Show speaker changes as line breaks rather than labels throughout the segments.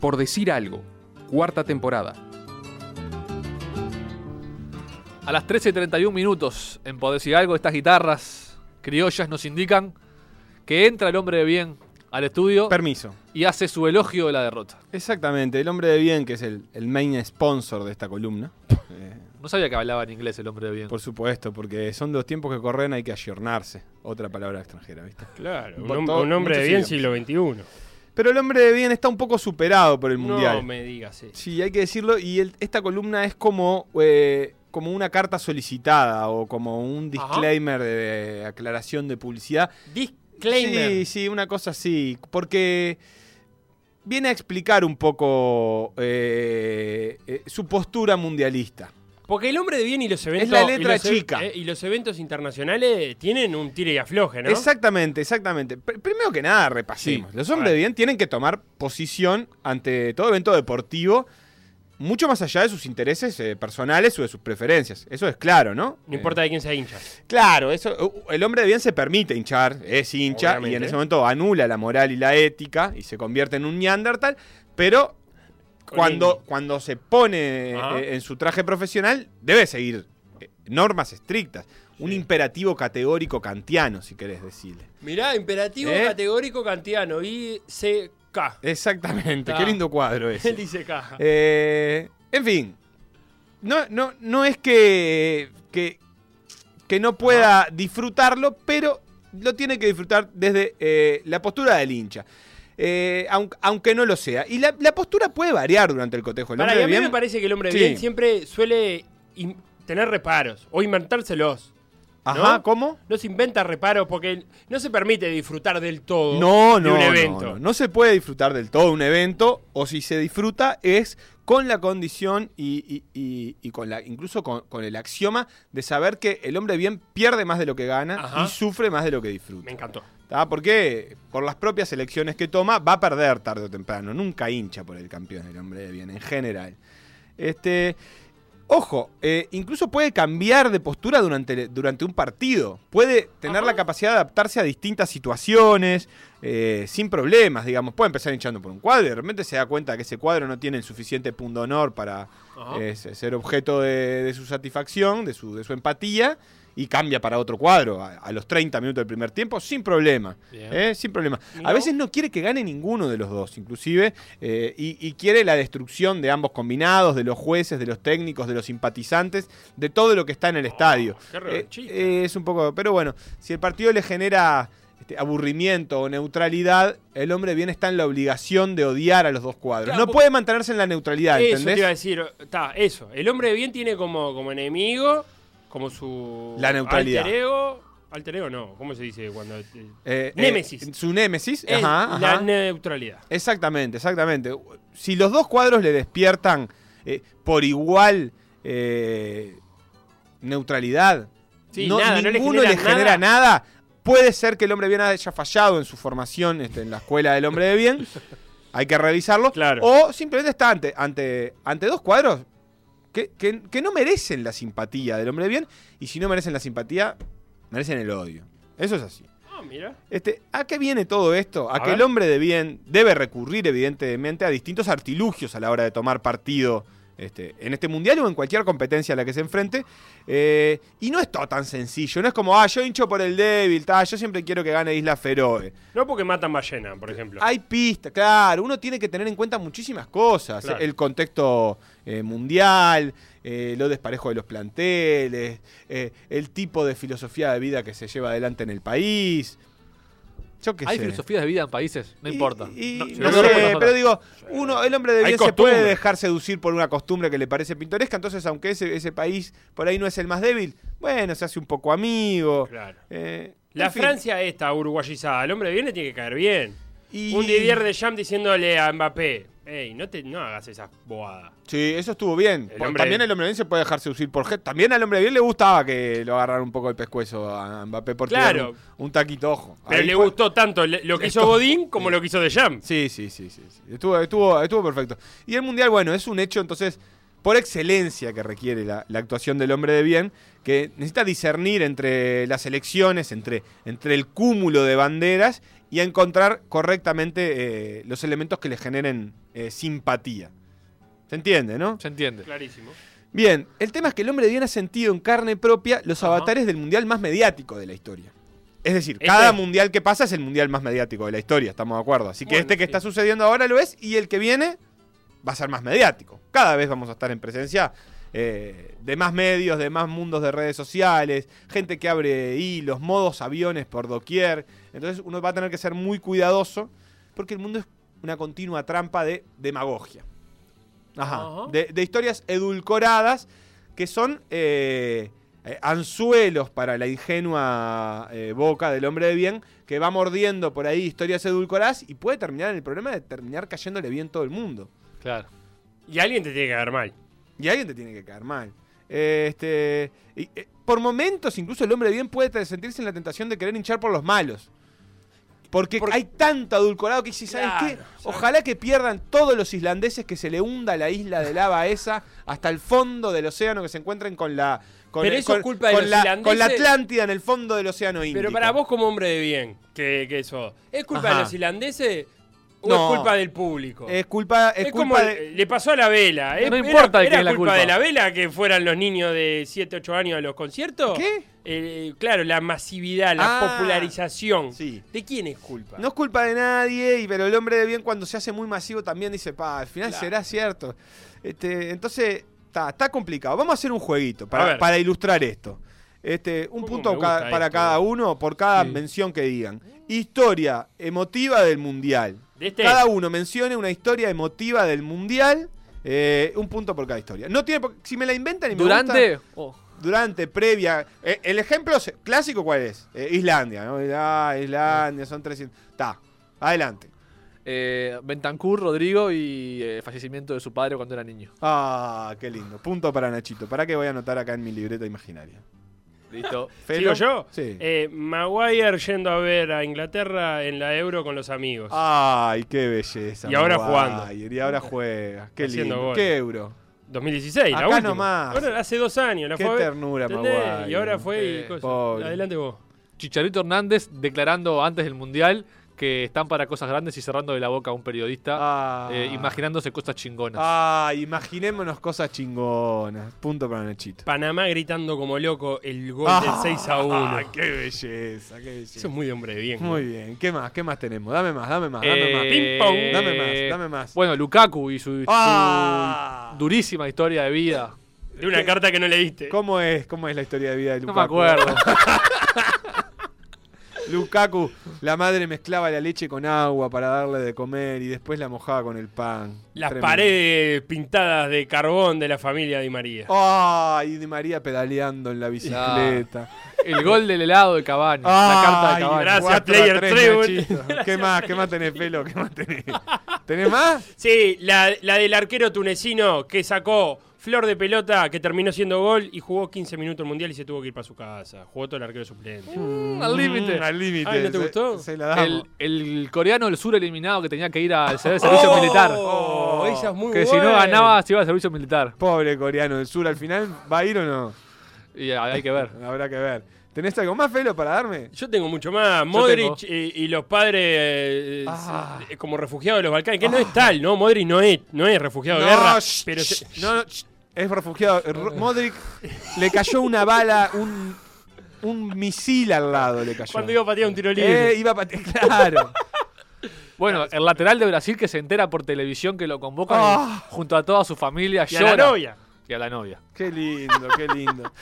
Por decir algo, cuarta temporada.
A las 13.31 minutos, en Por decir algo, estas guitarras criollas nos indican que entra el hombre de bien al estudio
Permiso.
y hace su elogio de la derrota.
Exactamente, el hombre de bien, que es el, el main sponsor de esta columna. Eh,
No sabía que hablaba en inglés el hombre de bien.
por supuesto, porque son dos tiempos que corren, hay que ayornarse. Otra palabra extranjera, ¿viste?
Claro, un,
Por
hom-
todo-
un hombre de bien
muchos
siglo XXI.
Pero el hombre de bien está un poco superado por el mundial.
No me digas eso.
Sí, hay que decirlo. Y el- esta columna es como, eh, como una carta solicitada o como un
Ajá.
disclaimer de, de aclaración de publicidad.
Disclaimer.
Sí, sí, una cosa así. Porque viene a explicar un poco eh, eh, su postura mundialista.
Porque el hombre de bien y los eventos.
la letra
y los e-
chica.
eh, y los eventos internacionales tienen un tire y afloje, ¿Eh, ¿no?
Exactamente, exactamente. Pr- primero que nada, repasemos.
Sí,
Los
a
hombres de
ver.
bien tienen que tomar posición ante todo evento deportivo, mucho más allá de sus intereses eh, personales o de sus preferencias. Eso es claro, ¿no?
No
Eh,
importa de quién sea hincha.
Claro, eso uh, el hombre de bien se permite hinchar, es hincha
Obviamente.
y en ese momento anula la moral y la ética y se convierte en un neandertal, pero
Con
cuando,
el-
cuando se pone
Ajá.
eh, en su traje profesional debe seguir eh, normas estrictas, un imperativo categórico kantiano, si querés decirle.
Mirá, imperativo
¿Eh?
categórico kantiano. ICK.
Exactamente,
Ah.
qué lindo cuadro ese.
Él dice K.
Eh, en fin, no, no, no es que, que, que no pueda
Ah.
disfrutarlo, pero lo tiene que disfrutar desde eh, la postura del hincha. Eh, aun- aunque, no lo sea. Y la, la postura puede variar durante el cotejo. El
Pará,
hombre
y a mí
bien-
me parece que el hombre de
Sí.
bien siempre suele in- tener reparos o inventárselos.
Ajá,
¿no?
¿cómo?
No se inventa reparos porque no se permite disfrutar del todo
No,
de
no,
un
no,
evento.
no, no se puede disfrutar del todo un evento, o si se disfruta es con la condición y, y- y- y con la, incluso con, con el axioma de saber que el hombre bien pierde más de lo que gana
Ajá.
y sufre más de lo que disfruta.
Me encantó.
¿Tá? Ah, Porque por las propias elecciones que toma va a perder tarde o temprano. Nunca hincha por el campeón el hombre de bien, en general. Este, ojo, eh, incluso puede cambiar de postura durante, durante un partido. Puede tener la capacidad de adaptarse a distintas situaciones eh, sin problemas, digamos. Puede empezar hinchando por un cuadro y de repente se da cuenta que ese cuadro no tiene el suficiente pundonor para
Ajá.
eh, ser objeto de, de su satisfacción, de su, de su empatía. Y cambia para otro cuadro a, a los 30 minutos del primer tiempo sin problema.
Bien.
¿eh? Sin problema.
Mirá
A
vos.
veces no quiere que gane ninguno de los dos, inclusive, eh, y, y quiere la destrucción de ambos combinados, de los jueces, de los técnicos, de los simpatizantes, de todo lo que está en el estadio.
Ah, qué
Eh,
revanchista.
eh, es un poco, pero bueno, si el partido le genera este, aburrimiento o neutralidad, el hombre bien está en la obligación de odiar a los dos cuadros.
Claro,
no
porque-
puede mantenerse en la neutralidad,
Eso te iba a
¿entendés?
decir. Está, eso. El hombre de bien tiene como, como enemigo, como su.
La neutralidad.
Alter ego. Alter ego no. ¿Cómo se dice cuando.? te-
Eh, eh,
Némesis.
su némesis.
Es
ajá,
La
ajá.
neutralidad.
Exactamente, exactamente. Si los dos cuadros le despiertan eh, por igual eh, neutralidad,
Sí,
no-
nada, no le
ninguno le
generan
genera nada. puede ser que el hombre de bien haya fallado en su formación este, en la escuela del hombre de bien. Hay que revisarlo.
Claro.
O simplemente está ante, ante, ante dos cuadros que, que- que no merecen la simpatía del hombre de bien. Y si no merecen la simpatía, merecen el odio. Eso es así.
Ah, mira.
Este, ¿A qué viene todo esto? A,
A
que
ver.
el hombre de bien debe recurrir, evidentemente, a distintos artilugios a la hora de tomar partido este, en este mundial o en cualquier competencia a la que se enfrente. Eh, y no es todo tan sencillo. No es como, ah, yo hincho por el débil, ta, yo siempre quiero que gane Isla Feroe.
No porque matan ballena, por ejemplo.
Hay pistas, claro. Uno tiene que tener en cuenta muchísimas cosas.
Claro.
El contexto eh, mundial, eh, lo desparejo de los planteles, eh, el tipo de filosofía de vida que se lleva adelante en el país. Yo qué
Hay
sé.
filosofías de vida en países, no
Y-
importa.
y-
No,
no
si no
sé,
duermo con nosotros.
pero digo, uno, el hombre de
Hay
bien se puede
costumbre.
dejar seducir por una costumbre que le parece pintoresca, entonces aunque ese, ese país por ahí no es el más débil, bueno, se hace un poco amigo.
Claro.
eh,
La
en fin.
Francia esta uruguayizada, al hombre bien le tiene que caer bien.
Y-
Un Didier de Jam diciéndole a Mbappé, ey, no, te, no hagas esas boadas.
Sí, eso estuvo bien.
El
Porque
hombre-
También el hombre de bien se puede dejar seducir por gente. También al hombre de bien le gustaba que lo agarraran un poco el pescuezo a Mbappé por tirar
Claro.
un, un taquito ojo.
Pero
Ahí
le
fue-
gustó tanto le- lo que hizo Godín como lo que hizo de Jam.
Sí, sí, sí, sí. sí. Estuvo, estuvo, estuvo perfecto. Y el Mundial, bueno, es un hecho entonces por excelencia que requiere la, la actuación del hombre de bien, que necesita discernir entre las elecciones, entre, entre el cúmulo de banderas y a encontrar correctamente eh, los elementos que le generen eh, simpatía. ¿Se entiende, no?
Se entiende.
Clarísimo.
Bien, el tema es que el hombre de bien ha sentido en carne propia los
Ajá.
avatares del mundial más mediático de la historia. Es decir,
Este-
cada mundial que pasa es el mundial más mediático de la historia, estamos de acuerdo. Así que
Bueno,
este que
sí.
está sucediendo ahora lo es y el que viene va a ser más mediático. Cada vez vamos a estar en presencia eh, de más medios, de más mundos de redes sociales, gente que abre hilos, modos aviones por doquier. Entonces uno va a tener que ser muy cuidadoso porque el mundo es una continua trampa de demagogia. Ajá.
Ajá.
De, de historias edulcoradas que son eh, eh, anzuelos para la ingenua eh, boca del hombre de bien que va mordiendo por ahí historias edulcoradas y puede terminar en el problema de terminar cayéndole bien todo el mundo.
Claro.
Y alguien te tiene que dar mal.
Y alguien te tiene que caer mal. Este, y, eh, por momentos, incluso el hombre de bien puede te- sentirse en la tentación de querer hinchar por los malos. Porque, hay tanto adulcorado que si ¿sabes
Claro,
qué?
¿sabes?
Ojalá que pierdan todos los islandeses que se le hunda la isla de lava esa hasta el fondo del océano, que se encuentren con la. Con,
Pero
el-
eso es
con-
culpa de
con
los
la,
islandeses.
Con la Atlántida en el fondo del océano Índico.
Pero para vos, como hombre de bien, que, que eso. ¿Es culpa
Ajá.
de los irlandeses o
No.
es culpa del público?
Es culpa, es
Es
culpa
como
de.
le pasó a la vela. ¿eh?
No importa de
era,
quién es la
era culpa
culpa.
de la vela que fueran los niños de 7, 8 años a los conciertos.
¿Qué?
Eh, claro, la masividad, la
Ah,
popularización.
sí.
¿De quién es culpa?
No es culpa de nadie, y, pero el hombre de bien cuando se hace muy masivo también dice, pa, al final
Claro.
será cierto. Este, entonces, está, está complicado. Vamos a hacer un jueguito
A
para,
ver.
para ilustrar esto. Este, un
¿Cómo
punto
me gusta
ca- para
esto?
cada uno por cada
Sí.
mención que digan. Historia emotiva del mundial.
De este-
Cada uno mencione una historia emotiva del mundial. eh, un punto por cada historia. No tiene por- si me la inventan y me gusta-
Durante. Oh,
durante, previa. Eh, el ejemplo se- clásico, ¿cuál es? Eh, Islandia, ¿no? Ah, Islandia, son 300. Está, adelante.
eh, Bentancur, Rodrigo y eh, fallecimiento de su padre cuando era niño.
Ah, qué lindo. Punto para Nachito. ¿Para qué voy a anotar acá en mi libreta imaginaria?
Listo.
¿Felo?
¿Sigo yo?
Sí.
Eh, Maguire yendo a ver a Inglaterra en la Euro con los amigos.
Ah, Ay, qué belleza.
Y ahora
Maguire.
jugando.
Y ahora juega. Qué
Haciendo
lindo.
goles.
Qué euro.
2016, la
Acá
última.
nomás.
Bueno, hace dos años. La
Qué
fue a ver.
ternura,
¿Entendés?
Maguire.
Y ahora fue y
Eh,
cosas.
pobre.
Adelante vos.
Chicharito Hernández declarando antes del Mundial que están para cosas grandes y cerrando de la boca a un periodista,
Ah.
eh, imaginándose cosas chingonas.
Ah, imaginémonos cosas chingonas. Punto para Nachito.
Panamá gritando como loco el gol
Ah,
del 6 a 1.
Ah, qué belleza, qué belleza.
Eso es muy de hombre de bien.
Muy bien, ¿qué más? ¿Qué más tenemos? Dame más, dame más, Ah, dame más.
Eh,
Ping pong.
Dame más, dame más.
Bueno, Lukaku y su, su
¡Ah!
durísima historia de vida.
De una carta que no le diste.
¿Cómo es? ¿Cómo es la historia de vida de
No
Lukaku?
me acuerdo.
Lukaku, la madre mezclaba la leche con agua para darle de comer y después la mojaba con el pan.
Las
Tremendo.
paredes pintadas de carbón de la familia Di
Oh.
María.
¡Ay! y Di María pedaleando en la bicicleta.
El gol del helado de Cavani. la
Ay,
carta de Cavani.
gracias,
cuatro a
Player
tres,
Trébol.
Nachito. ¿Qué más? ¿Qué más tenés, pelo? ¿Qué más tenés? ¿Tenés más?
Sí, la, la del arquero tunecino que sacó flor de pelota que terminó siendo gol y jugó 15 minutos el mundial y se tuvo que ir para su casa. Jugó todo el arquero suplente.
Mm, al límite.
Mm, al límite.
Ay, ¿no te
Se-
gustó?
Se, la damos.
El, el coreano del sur eliminado que tenía que ir al ser- servicio militar.
Oh, esa es muy
que si no
buena.
ganaba, se iba al servicio militar.
Pobre coreano del sur, al final, ¿va a ir o no?
Y hay que ver.
Habrá que ver. ¿Tenés algo más, Felo, para darme?
Yo tengo mucho más. Modric
tengo.
y, y los padres eh,
Ah.
eh, como refugiados de los Balcanes, que no es tal, ¿no? Modric no es, Ah. no es refugiado
No,
de guerra.
shh,
Pero se-
shh, no, no, shh. es refugiado. R- Modric le cayó una bala, un, un misil al lado le cayó.
cuando iba a patear un tiro libre.
eh, iba a patear, claro.
Bueno, el lateral de Brasil que se entera por televisión que lo convocan
Ah.
y junto a toda su familia.
y a la
llora.
novia.
Y a la novia.
Qué lindo, qué lindo.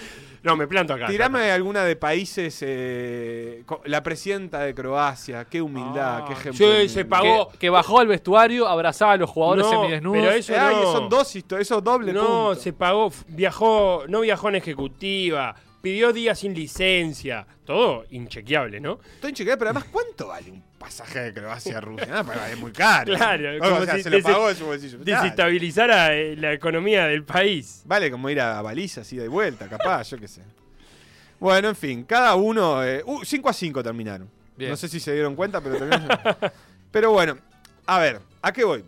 No, me planto acá.
Tirame alguna de países. eh, co- la presidenta de Croacia, qué humildad,
Ah,
qué ejemplo.
sí,
de humildad.
se pagó.
Que, que bajó al vestuario, abrazaba a los jugadores
No,
semidesnudos.
pero eso-
Eh, ay,
no.
son dos histo- eso es doble
No,
punto.
se pagó, f- viajó, no viajó en ejecutiva, pidió días sin licencia, todo inchequeable, ¿no?
Estoy chequeado, pero además, ¿cuánto vale un pasaje de Croacia a Rusia? Ah, pero es muy caro.
Claro,
O
como
sea,
si
se lo
desi-
pagó de su bolsillo. Dale.
Desestabilizar a eh, la economía del país.
Vale como ir a balizas, ida y vuelta, capaz, yo qué sé. Bueno, en fin, cada uno. 5 a 5 terminaron.
Bien.
No sé si se dieron cuenta, pero terminaron. pero bueno, a ver, ¿a qué voy?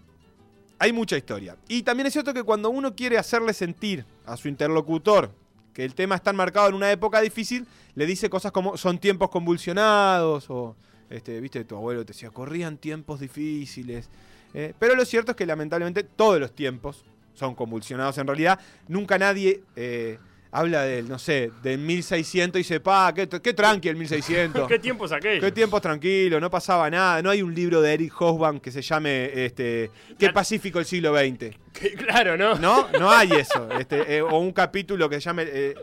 Hay mucha historia. Y también es cierto que cuando uno quiere hacerle sentir a su interlocutor que el tema está enmarcado en una época difícil, le dice cosas como son tiempos convulsionados o Este, Viste, tu abuelo te decía, corrían tiempos difíciles. Eh, pero lo cierto es que lamentablemente todos los tiempos son convulsionados en realidad. Nunca nadie eh, habla del, no sé, del 1600 y dice, pa, qué, qué tranqui el 1600.
¿Qué tiempo saqué?
Qué tiempos tranquilos, no pasaba nada. No hay un libro de Eric Hobsbawm que se llame este, Qué
La-
Pacífico el siglo XX.
Claro, ¿no?
No, no hay eso. Este, eh, o un capítulo que se llame eh,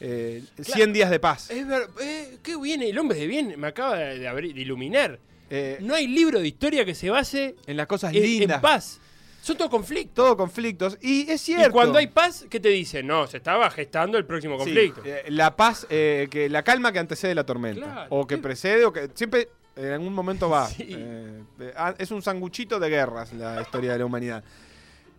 eh, 100 días de paz.
Es ver- eh, qué bien, el hombre de bien me acaba de, abrir- de iluminar.
Eh,
No hay libro de historia que se base
en las cosas
en, en
lindas.
paz. Son todos conflictos.
Todo conflictos. Y es cierto.
Y cuando hay paz, ¿qué te dicen? No, se estaba gestando el próximo
Sí,
conflicto.
eh, la paz, eh, que la calma que antecede la tormenta.
Claro.
o que precede, o que siempre eh, en algún momento va.
Sí.
Eh, eh, ah, es un sanguchito de guerras la historia de la humanidad.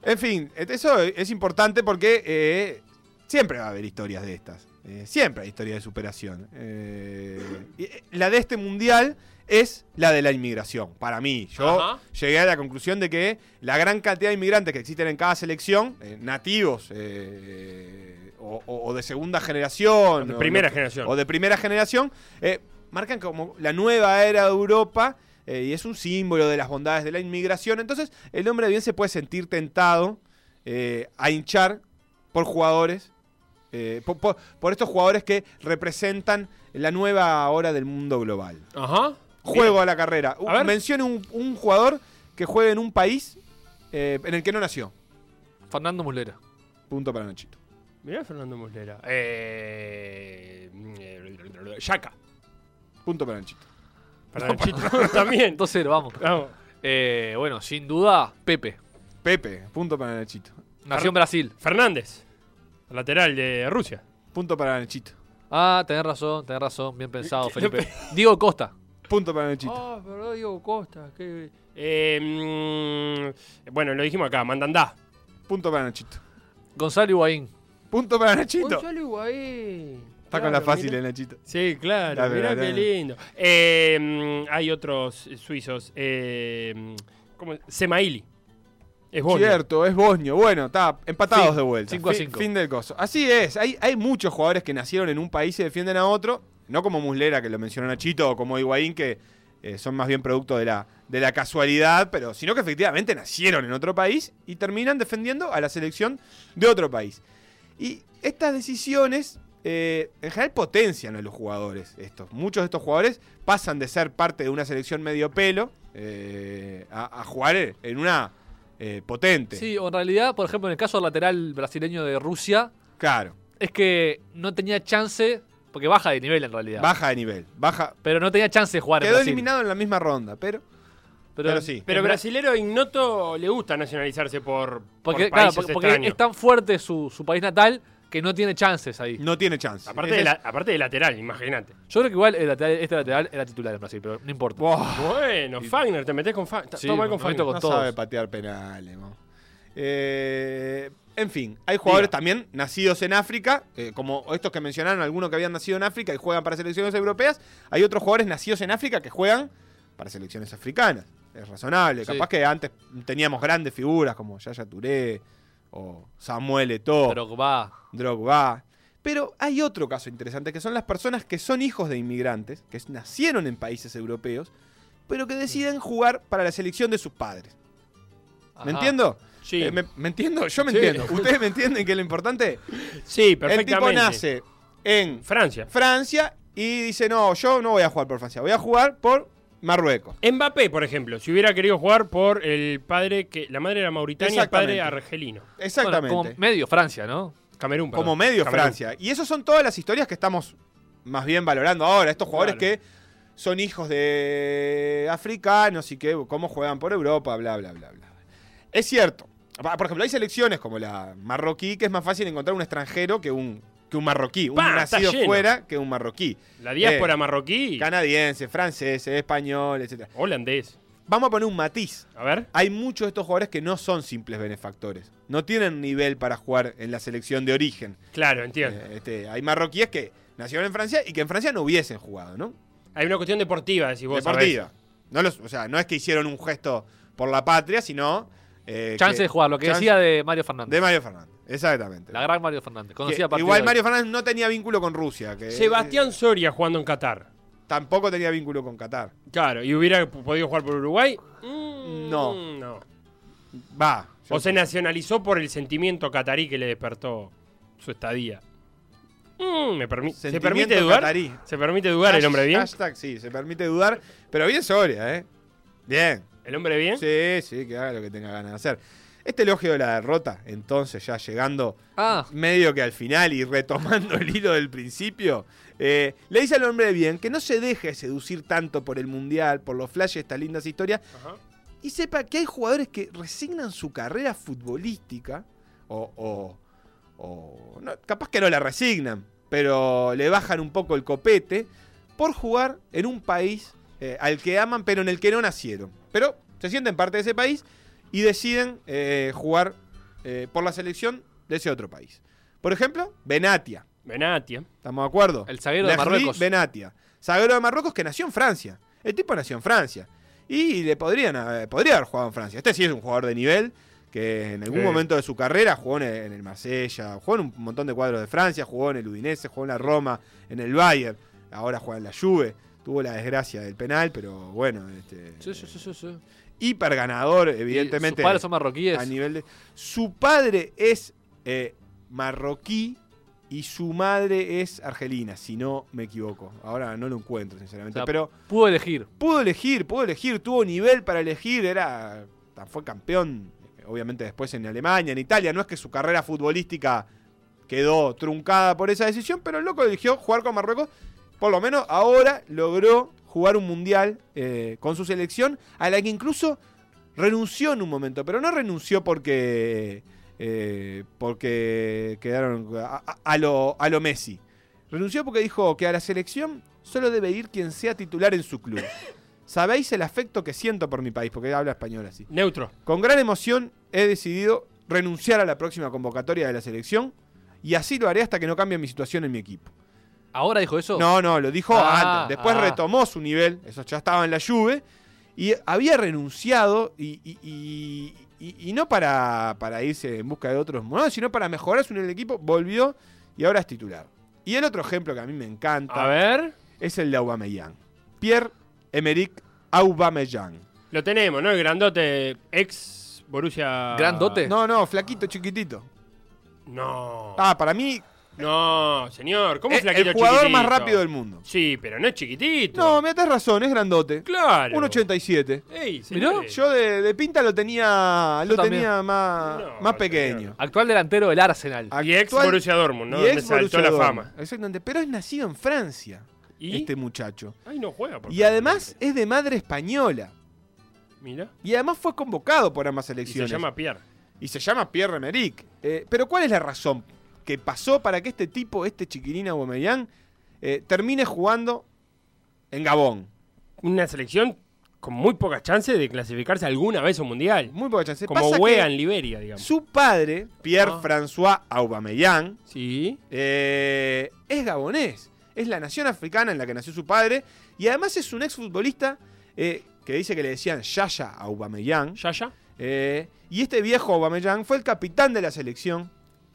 En fin, et- eso es importante porque eh, siempre va a haber historias de estas. Eh, siempre hay historias de superación. Eh, y, eh, la de este mundial es la de la inmigración, para mí. Yo
Ajá.
llegué a la conclusión de que la gran cantidad de inmigrantes que existen en cada selección, eh, nativos eh, o, o- o de segunda generación,
De
o-
primera
o-
generación.
o de primera generación, eh, marcan como la nueva era de Europa eh, y es un símbolo de las bondades de la inmigración. Entonces, el hombre de bien se puede sentir tentado eh, a hinchar por jugadores, eh, po- po- por, estos jugadores que representan la nueva hora del mundo global.
Ajá.
Juego a la carrera.
A ver.
Mencione un, un jugador que juegue en un país eh, en el que no nació.
Fernando Muslera.
Punto para Nachito.
Mirá a Fernando Muslera. Eh, eh, Yaca.
Punto para Nachito.
Perdón, Chito. También.
2-0, vamos.
Vamos.
Eh, bueno, sin duda, Pepe.
Pepe, punto para Nachito.
Nació en Brasil.
Fernández. Lateral de Rusia.
Punto para Nachito.
Ah, tenés razón, tenés razón. Bien pensado, Felipe. Diego Costa.
Punto para Nachito.
Ah, pero Diego Costa. qué- Eh, mm, bueno, lo dijimos acá. Mandandá.
Punto para Nachito.
Gonzalo Higuaín.
Punto para Nachito.
Gonzalo Higuaín.
Está con
Claro,
la fácil
mirá.
el Nachito.
Sí, claro.
Dale,
mirá
dale,
qué
dale.
lindo. Eh, mm, hay otros eh, suizos. Eh, mm, ¿cómo? Semaili. Es Bosnia.
Cierto, es bosnio. Bueno, está empatados
Fin.
de vuelta.
Cinco a
Fin-
cinco.
Fin del coso. Así es. Hay, hay muchos jugadores que nacieron en un país y defienden a otro. No como Muslera, que lo mencionó Nachito, o como Higuaín, que eh, son más bien producto de la, de la casualidad, pero sino que efectivamente nacieron en otro país y terminan defendiendo a la selección de otro país. Y estas decisiones eh, en general potencian a los jugadores. Estos. Muchos de estos jugadores pasan de ser parte de una selección medio pelo eh, a, a jugar en una eh, potente.
Sí, o en realidad, por ejemplo, en el caso del lateral brasileño de Rusia,
Claro,
es que no tenía chance, porque baja de nivel en realidad.
baja de nivel. Baja.
Pero no tenía chance de jugar en
Quedó
Brasil.
eliminado en la misma ronda, pero. pero sí.
Pero
en Bra-
brasilero ignoto le gusta nacionalizarse por,
Porque, claro,
por países
porque- porque
extraños.
es tan fuerte su, su país natal que no tiene chances ahí.
No tiene chance.
Aparte, de la- aparte de lateral, imagínate.
Yo creo que igual el lateral- este lateral era titular en Brasil, pero no importa.
Buah,
Bueno, Fagner, te metes con Fagner.
Sí,
todo mal con
me meto
Fagner.
con-
no
todos.
sabe patear penales, mo. Eh, en fin, hay jugadores
Diga.
también nacidos en África, eh, como estos que mencionaron, algunos que habían nacido en África y juegan para selecciones europeas. Hay otros jugadores nacidos en África que juegan para selecciones africanas. Es razonable.
Sí.
Capaz que antes teníamos grandes figuras como Yaya Touré o Samuel Eto'o.
Pero va.
Drogba. Pero hay otro caso interesante, que son las personas que son hijos de inmigrantes, que nacieron en países europeos, pero que
Mm.
deciden jugar para la selección de sus padres. ¿Me entiendo?
Sí,
Eh, me, me entiendo? Yo me
Sí.
entiendo. ¿Ustedes me entienden que lo importante?
sí,
El
perfectamente.
tipo nace en
Francia.
Francia y dice, no, yo no voy a jugar por Francia, voy a jugar por Marruecos.
Mbappé, por ejemplo, si hubiera querido jugar por el padre que. La madre era mauritania, el padre
Exactamente.
argelino.
Exactamente. Eh,
Bueno, como medio Francia, ¿no?
Camerún, perdón.
como medio
Camerún.
Francia. Y esas son todas las historias que estamos más bien valorando ahora. Estos jugadores
Claro.
que son hijos de africanos y que cómo juegan por Europa, bla, bla, bla, bla. Es cierto. Pa- Por ejemplo, hay selecciones como la marroquí que es más fácil encontrar un extranjero que un, que un marroquí.
Pa,
un
está
nacido
lleno.
fuera que un marroquí.
La diáspora
Eh,
marroquí,
Canadiense, francés, español, etc.
holandés.
Vamos a poner un matiz
A ver.
hay muchos de estos jugadores que no son simples benefactores. No tienen nivel para jugar en la selección de origen.
Claro, entiendo.
Eh, este, hay marroquíes que nacieron en Francia y que en Francia no hubiesen jugado, ¿no?
Hay una cuestión deportiva, decís vos.
Deportiva. No los, o sea, no es que hicieron un gesto por la patria, sino. eh,
Chance
que-
de jugar, lo que
chance-
decía de Mario Fernández.
de Mario Fernández. Exactamente.
La gran Mario Fernández.
Que
Conocía a partir
igual
de-
Eh, Mario Fernández no tenía vínculo con Rusia. que- eh,
sabés. Sebastián Soria jugando en Qatar.
tampoco tenía vínculo con Qatar.
Claro, y hubiera p- podido jugar por Uruguay. Mm,
No.
no.
Va. yo-
O se nacionalizó por el sentimiento catarí que le despertó su estadía. Mm, me permi- ¿Se
Sentimiento
permite dudar?
catarí.
¿Se permite dudar el hombre bien?
Hashtag, sí, se permite dudar. Pero bien Soria, ¿eh? Bien.
¿El hombre bien?
¿Eh?
Sí, sí, que haga lo que tenga ganas de hacer. Este elogio de la derrota, entonces, ya llegando
Ah,
medio que al final y retomando el hilo del principio, eh, le dice al hombre de bien que no se deje seducir tanto por el mundial, por los flashes de estas lindas historias,
Ajá.
y sepa que hay jugadores que resignan su carrera futbolística, o, o- o- no, capaz que no la resignan, pero le bajan un poco el copete por jugar en un país eh, al que aman, pero en el que no nacieron. Pero se sienten parte de ese país y deciden eh, jugar eh, por la selección de ese otro país. Por ejemplo, Benatia.
Benatia.
¿Estamos de acuerdo?
El zaguero de
Lejli
Marruecos.
Benatia. Zaguero de Marruecos que nació en Francia. El tipo nació en Francia. Y le podrían haber- podría haber jugado en Francia. Este sí es un jugador de nivel que en algún
Sí.
momento de su carrera jugó en el, en el Marsella, jugó en un montón de cuadros de Francia, jugó en el Udinese, jugó en la Roma, en el Bayern, ahora juega en la Juve. Tuvo la desgracia del penal, pero bueno, este,
sí, sí, sí, sí, sí.
hiper ganador,
Y
evidentemente.
Sus padres son marroquíes.
A nivel de. Su padre es eh, marroquí y su madre es argelina, si no me equivoco. Ahora no lo encuentro, sinceramente.
O sea,
pero
Pudo elegir.
pudo elegir, pudo elegir, tuvo nivel para elegir, era. fue campeón, obviamente después en Alemania, en Italia. No es que su carrera futbolística quedó truncada por esa decisión, pero el loco eligió jugar con Marruecos. Por lo menos ahora logró jugar un mundial eh, con su selección, a la que incluso renunció en un momento, pero no renunció porque. eh, porque quedaron a, a- a lo, a lo Messi. Renunció porque dijo que a la selección solo debe ir quien sea titular en su club. Sabéis el afecto que siento por mi país, porque habla español así.
Neutro.
Con gran emoción he decidido renunciar a la próxima convocatoria de la selección y así lo haré hasta que no cambie mi situación en mi equipo.
Ahora dijo eso.
No, no, lo dijo
Ah,
antes. Después
ah.
retomó su nivel, eso ya estaba en la lluvia, y había renunciado y, y- y- y- y no para, para irse en busca de otros modos, sino para mejorar su nivel de equipo, volvió y ahora es titular. Y el otro ejemplo que a mí me encanta
A ver.
es el de Aubameyang. Pierre Emerick Aubameyang.
Lo tenemos, ¿no? El grandote ex Borussia.
¿Grandote?
No, no, flaquito, chiquitito.
No.
Ah, para mí
No, señor. ¿Cómo
eh,
flaquito
el jugador
chiquitito?
más rápido del mundo.
Sí, pero no es chiquitito.
No, me das razón, es grandote.
Claro.
1.87.
Ey,
Mirá.
señores.
Yo de, de pinta lo tenía lo
también.
tenía más,
No,
más
señor.
pequeño.
Actual delantero del Arsenal.
Ah,
Y ex
Actual-
Borussia Dortmund, ¿no?
y
Donde
ex
saltó
Borussia
la
Dortmund.
fama.
Exactamente, pero es nacido en Francia,
Y.
este muchacho.
Ay, no juega. por
Y
favor.
además es de madre española.
Mira.
Y además fue convocado por ambas
Y se
selecciones.
llama Pierre.
y se llama Pierre Emerick. Eh, pero ¿cuál es la razón que pasó para que este tipo, este chiquilín Aubameyang, eh, termine jugando en Gabón?
Una selección con muy pocas chances de clasificarse alguna vez a un mundial.
Muy poca chance.
Como
Pasa que
Wea en Liberia, digamos.
Su padre, Pierre
Ah.
François Aubameyang,
Sí.
eh, es gabonés. Es la nación africana en la que nació su padre. Y además es un exfutbolista eh, que dice que le decían Yaya Aubameyang.
Yaya.
Eh, y este viejo Aubameyang fue el capitán de la selección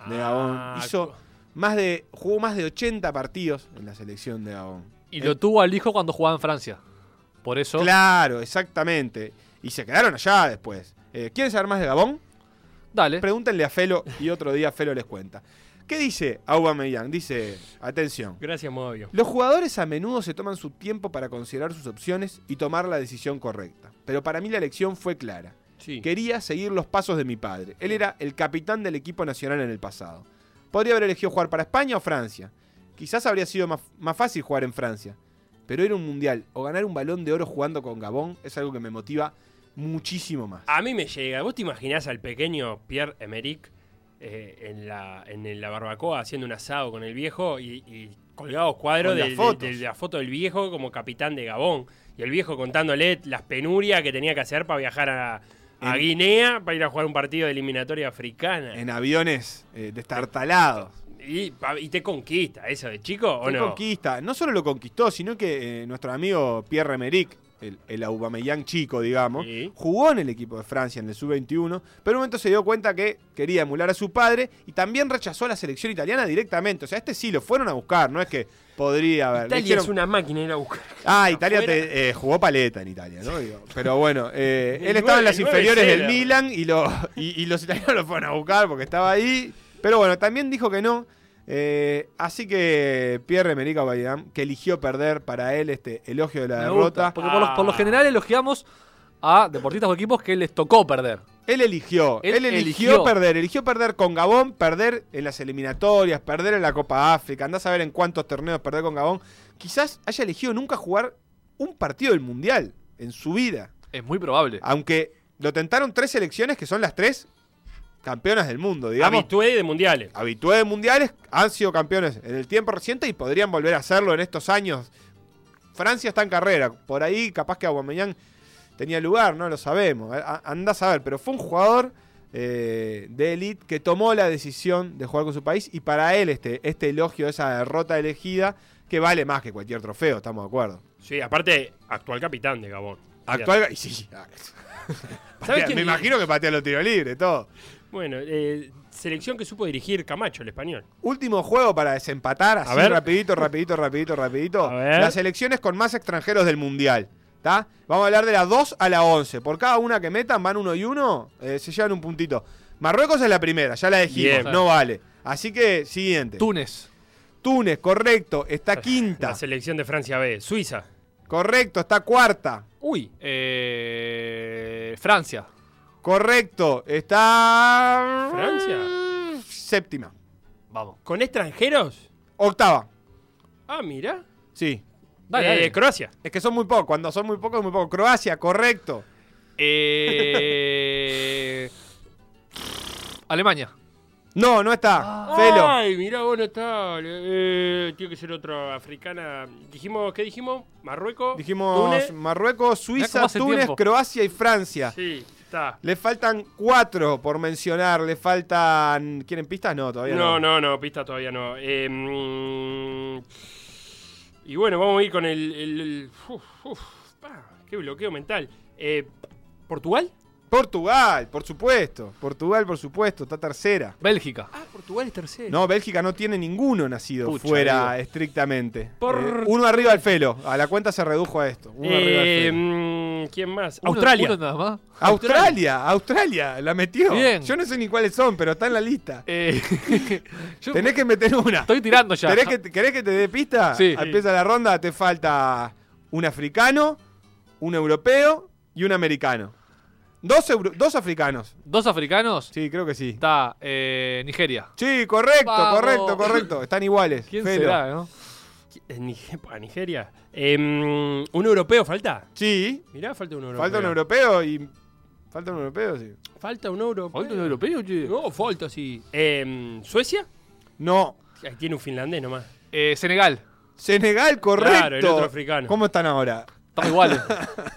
de Gabón.
Ah,
Hizo más de, jugó más de 80 partidos en la selección de Gabón.
Y
Eh,
lo tuvo al hijo cuando jugaba en Francia. Por eso.
Claro, exactamente. Y se quedaron allá después. Eh, ¿Quieren saber más de Gabón?
Dale.
Pregúntenle a Felo y otro día Felo les cuenta. ¿Qué dice Aubameyang? Dice, atención.
Gracias, Modio.
Los jugadores a menudo se toman su tiempo para considerar sus opciones y tomar la decisión correcta. Pero para mí la elección fue clara.
Sí.
Quería seguir los pasos de mi padre. Él era el capitán del equipo nacional en el pasado. Podría haber elegido jugar para España o Francia. Quizás habría sido más, más fácil jugar en Francia. Pero era un mundial o ganar un balón de oro jugando con Gabón es algo que me motiva muchísimo más.
A mí me llega. ¿Vos te imaginás al pequeño Pierre Emerick eh, en, la, en la barbacoa haciendo un asado con el viejo y, y colgados cuadros
Con las
del-
fotos.
del- de, la foto del viejo como capitán de Gabón? Y el viejo contándole las penurias que tenía que hacer para viajar a, a
En-
Guinea para ir a jugar un partido de eliminatoria africana.
En aviones eh, destartalados.
Y, pa- y te conquista eso de chico o
Él
no?
conquista. No solo lo conquistó, sino que eh, nuestro amigo Pierre Emerick el, el Aubameyang chico, digamos,
Sí.
jugó en el equipo de Francia en el sub-21, pero en un momento se dio cuenta que quería emular a su padre y también rechazó a la selección italiana directamente. O sea, este sí lo fueron a buscar, no es que podría haber. le
Italia
dijeron-
es una máquina ir a buscar.
Ah, Italia
Afuera.
te, eh, jugó paleta en Italia, ¿no? Digo, pero bueno, eh,
El
él estaba en
nueve-
las
el nueve
inferiores del
cero.
Milan y, lo, y, y los italianos lo fueron a buscar porque estaba ahí. Pero bueno, también dijo que no. Eh, así que Pierre Emerick Aubameyang, que eligió perder para él este elogio de la
Me
derrota,
gusta, pues. porque por, lo, por lo
Ah.
general elogiamos a deportistas o equipos que les tocó perder.
él eligió,
Él
él, eligió,
eligió.
perder, eligió perder con Gabón, perder en las eliminatorias, perder en la Copa África, andás a ver en cuántos torneos perder con Gabón. Quizás haya elegido nunca jugar un partido del Mundial en su vida.
Es muy probable.
Ah, Aunque lo tentaron tres selecciones que son las tres campeonas del mundo, digamos.
Habitué de mundiales.
Habitué de mundiales, han sido campeones en el tiempo reciente y podrían volver a hacerlo en estos años. Francia está en carrera, por ahí capaz que Aguamellán tenía lugar, no lo sabemos. Andás a ver, pero fue un jugador eh, de élite que tomó la decisión de jugar con su país y para él este, este elogio, esa derrota elegida, que vale más que cualquier trofeo, estamos de acuerdo.
Sí, aparte, actual capitán de Gabón.
Actual. y sí,
¿Sabes
Patea-
quién
me
dir-
imagino que patea los tiros libres, todo.
Bueno, eh, selección que supo dirigir Camacho, el español.
Último juego para desempatar, así
ver.
rapidito, rapidito, rapidito, rapidito.
A ver.
Las elecciones con más extranjeros del Mundial. ¿tá? Vamos a hablar de la 2 a la 11. Por cada una que metan, van uno y uno, eh, se llevan un puntito. Marruecos es la primera, ya la dijimos,
Bien.
no vale. Así que, siguiente.
Túnez.
Túnez, correcto, está quinta.
La selección de Francia B. Suiza.
Correcto, está cuarta.
Uy. eh, Francia.
Correcto, está...
¿Francia?
Séptima.
Vamos.
¿Con extranjeros?
Octava.
Ah, mira.
Sí,
Dale,
Eh,
dale.
Croacia.
Es que son muy pocos. Cuando son muy pocos, es muy poco. Croacia, correcto.
Eh, Alemania.
No, no está.
Ah.
Felo.
Ay, mirá, vos no está. Eh, tiene que ser otra africana. Dijimos, ¿qué dijimos? Marruecos.
Dijimos
Túnez.
Marruecos,
cómo
Suiza,
hace
Túnez,
tiempo.
Croacia y Francia.
Sí, está.
Le faltan cuatro por mencionar. Le faltan. ¿Quieren pistas? No, todavía no.
No, no, no, pista todavía no. Eh, mm, y bueno, vamos a ir con el. el- el- uf, uf, pa, qué bloqueo mental. Eh, ¿Portugal?
Portugal, por supuesto. Portugal, por supuesto. Está tercera.
Bélgica.
Ah, Portugal es tercero.
No, Bélgica no tiene ninguno nacido
Pucha,
fuera
digo.
estrictamente.
Por-
Eh, uno arriba al Felo. A la cuenta se redujo a esto. Uno arriba al
Eh,
Felo.
mm, ¿Quién más?
Uno-
Australia.
uno nada más.
Australia, Australia, la metió.
Bien.
Yo no sé ni cuáles son, pero está en la lista.
Eh, yo
Tenés que meter una.
estoy tirando ya.
¿Querés que, te- querés que te dé pista?
Sí.
Empieza la ronda, te falta un africano, un europeo y un americano. Dos, euro- dos africanos.
Dos africanos.
Sí, creo que sí.
Está eh, Nigeria.
Sí, correcto,
Vamos.
correcto, correcto. Están iguales.
¿Quién
Felo.
será, no?
Eh, Nige- pa, Nigeria. Eh, mm, ¿Un europeo falta?
Sí,
Mirá, falta un europeo.
falta un europeo y. Falta un europeo, sí.
Falta un europeo.
¿Falta un europeo, che?
No, falta, sí. Eh, mm, ¿Suecia?
No.
Ahí tiene un finlandés nomás.
Eh, Senegal.
Senegal, correcto.
Claro, el otro africano.
¿Cómo están ahora?
Estamos iguales.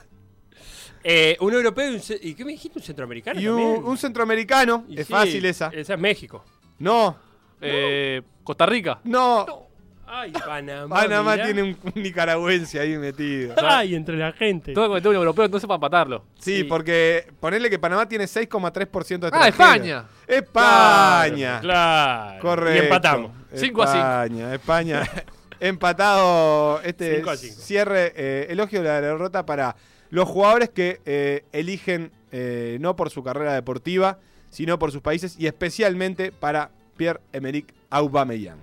Eh, un europeo y un ce- y qué me dijiste? ¿Un centroamericano?
Y un,
también?
un centroamericano.
Y
es
sí,
fácil esa.
Esa es México.
No,
Eh, Costa Rica.
no.
Ay, Panamá.
Panamá
Ah, mirá.
tiene un, un nicaragüense ahí metido.
Ay, entre la gente.
Tengo que meter un europeo entonces para empatarlo.
Sí,
Sí.
porque ponerle que Panamá tiene 6,3% de
Ah,
extranjeros.
España.
España.
Claro.
Correcto.
Y empatamos.
Cinco a cinco.
España, España. Empatado este
Cinco a cinco.
cierre. eh, elogio de la derrota para los jugadores que eh, eligen eh, no por su carrera deportiva, sino por sus países y especialmente para Pierre-Emerick Aubameyang.